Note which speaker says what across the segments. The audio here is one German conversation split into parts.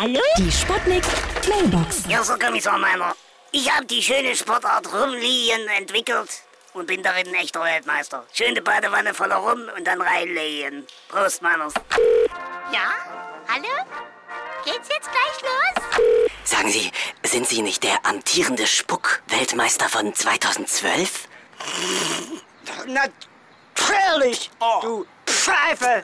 Speaker 1: Hallo?
Speaker 2: Die Sputnik Mailbox.
Speaker 3: Hier ist der Kommissar Meiner. Ich habe die schöne Sportart Rumliehen entwickelt und bin darin ein echter Weltmeister. Schöne Badewanne voller Rum und dann reinlegen. Prost, Meiners.
Speaker 1: Ja? Hallo? Geht's jetzt gleich los?
Speaker 4: Sagen Sie, sind Sie nicht der amtierende Spuck-Weltmeister von 2012?
Speaker 5: Natürlich, du Pfeife.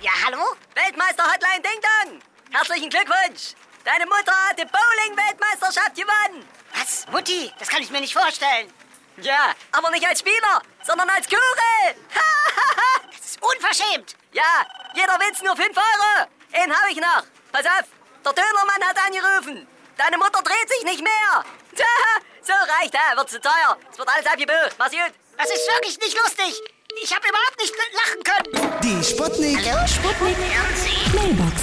Speaker 1: Ja, hallo?
Speaker 6: Weltmeister Hotline Ding Dong! Herzlichen Glückwunsch! Deine Mutter hat die Bowling-Weltmeisterschaft gewonnen!
Speaker 1: Was? Mutti, das kann ich mir nicht vorstellen.
Speaker 6: Ja, aber nicht als Spieler, sondern als Kugel! Hahaha.
Speaker 1: Das ist unverschämt.
Speaker 6: ja, jeder Witz nur 5 Euro! Einen habe ich noch! Pass auf, der Dönermann hat angerufen! Deine Mutter dreht sich nicht mehr! Tja, so reicht, hä? wird zu teuer! Es wird alles abgebucht, mach's gut!
Speaker 1: Das ist wirklich nicht lustig. Ich habe überhaupt nicht lachen können.
Speaker 7: Die Sputnik.
Speaker 1: Hallo?
Speaker 2: Sputnik Mailbox.